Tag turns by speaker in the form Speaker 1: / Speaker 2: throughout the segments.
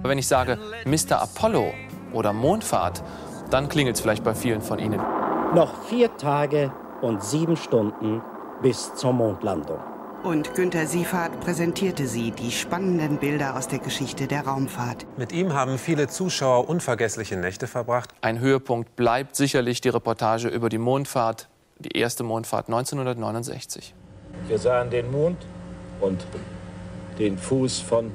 Speaker 1: Aber wenn ich sage Mr. Apollo oder Mondfahrt, dann klingelt es vielleicht bei vielen von Ihnen.
Speaker 2: Noch vier Tage und sieben Stunden bis zur Mondlandung.
Speaker 3: Und Günther Siefert präsentierte sie, die spannenden Bilder aus der Geschichte der Raumfahrt.
Speaker 4: Mit ihm haben viele Zuschauer unvergessliche Nächte verbracht.
Speaker 1: Ein Höhepunkt bleibt sicherlich die Reportage über die Mondfahrt, die erste Mondfahrt 1969.
Speaker 5: Wir sahen den Mond und den Fuß von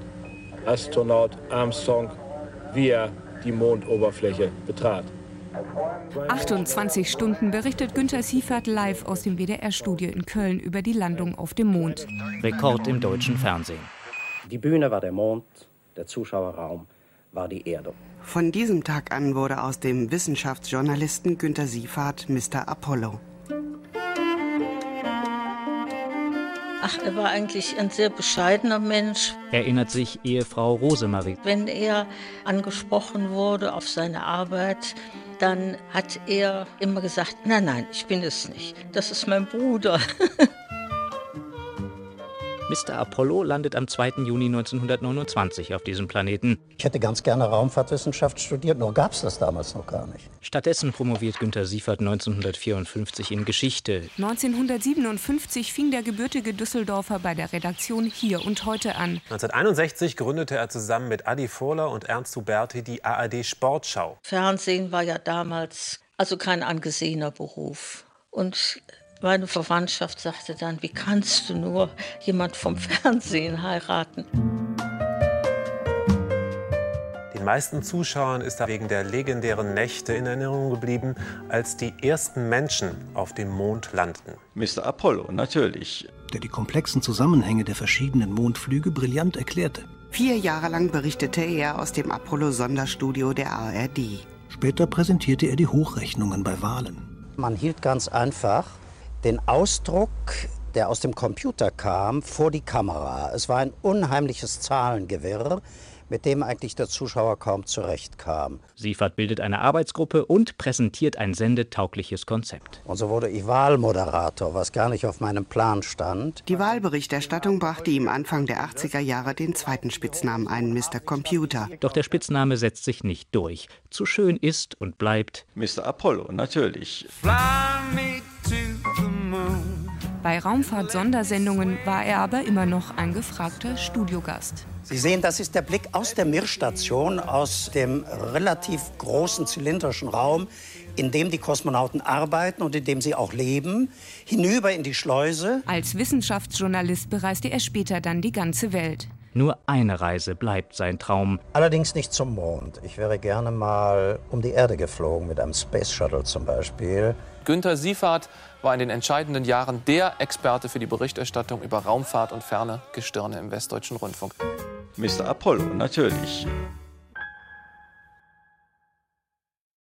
Speaker 5: Astronaut Armstrong, wie er die Mondoberfläche betrat.
Speaker 6: 28 Stunden berichtet Günther Siefert live aus dem WDR-Studio in Köln über die Landung auf dem Mond.
Speaker 7: Rekord im deutschen Fernsehen.
Speaker 2: Die Bühne war der Mond, der Zuschauerraum war die Erde.
Speaker 3: Von diesem Tag an wurde aus dem Wissenschaftsjournalisten Günther Siefert Mr. Apollo.
Speaker 8: Ach, er war eigentlich ein sehr bescheidener Mensch.
Speaker 7: Erinnert sich Ehefrau Rosemarie.
Speaker 8: Wenn er angesprochen wurde auf seine Arbeit, dann hat er immer gesagt, nein, nein, ich bin es nicht. Das ist mein Bruder.
Speaker 7: Mr. Apollo landet am 2. Juni 1929 auf diesem Planeten.
Speaker 9: Ich hätte ganz gerne Raumfahrtwissenschaft studiert, nur gab es das damals noch gar nicht.
Speaker 7: Stattdessen promoviert Günther Siefert 1954 in Geschichte.
Speaker 6: 1957 fing der gebürtige Düsseldorfer bei der Redaktion Hier und Heute an.
Speaker 4: 1961 gründete er zusammen mit Adi Furler und Ernst Huberti die ARD Sportschau.
Speaker 8: Fernsehen war ja damals also kein angesehener Beruf. Und meine Verwandtschaft sagte dann, wie kannst du nur jemand vom Fernsehen heiraten?
Speaker 4: Den meisten Zuschauern ist da wegen der legendären Nächte in Erinnerung geblieben, als die ersten Menschen auf dem Mond landen.
Speaker 10: Mr. Apollo, natürlich.
Speaker 11: Der die komplexen Zusammenhänge der verschiedenen Mondflüge brillant erklärte.
Speaker 3: Vier Jahre lang berichtete er aus dem Apollo-Sonderstudio der ARD.
Speaker 11: Später präsentierte er die Hochrechnungen bei Wahlen.
Speaker 2: Man hielt ganz einfach den Ausdruck, der aus dem Computer kam, vor die Kamera. Es war ein unheimliches Zahlengewirr, mit dem eigentlich der Zuschauer kaum zurechtkam.
Speaker 7: Siefert bildet eine Arbeitsgruppe und präsentiert ein sendetaugliches Konzept.
Speaker 2: Und so wurde ich Wahlmoderator, was gar nicht auf meinem Plan stand.
Speaker 3: Die Wahlberichterstattung brachte ihm Anfang der 80er Jahre den zweiten Spitznamen ein, Mr. Computer.
Speaker 7: Doch der Spitzname setzt sich nicht durch. Zu schön ist und bleibt
Speaker 10: Mr. Apollo, natürlich.
Speaker 6: Bei Raumfahrt-Sondersendungen war er aber immer noch ein gefragter Studiogast.
Speaker 2: Sie sehen, das ist der Blick aus der Mir-Station, aus dem relativ großen zylindrischen Raum, in dem die Kosmonauten arbeiten und in dem sie auch leben, hinüber in die Schleuse.
Speaker 6: Als Wissenschaftsjournalist bereiste er später dann die ganze Welt.
Speaker 7: Nur eine Reise bleibt sein Traum.
Speaker 2: Allerdings nicht zum Mond. Ich wäre gerne mal um die Erde geflogen, mit einem Space Shuttle zum Beispiel.
Speaker 1: Günther Siefert war in den entscheidenden Jahren der Experte für die Berichterstattung über Raumfahrt und ferne Gestirne im Westdeutschen Rundfunk.
Speaker 10: Mr. Apollo, natürlich.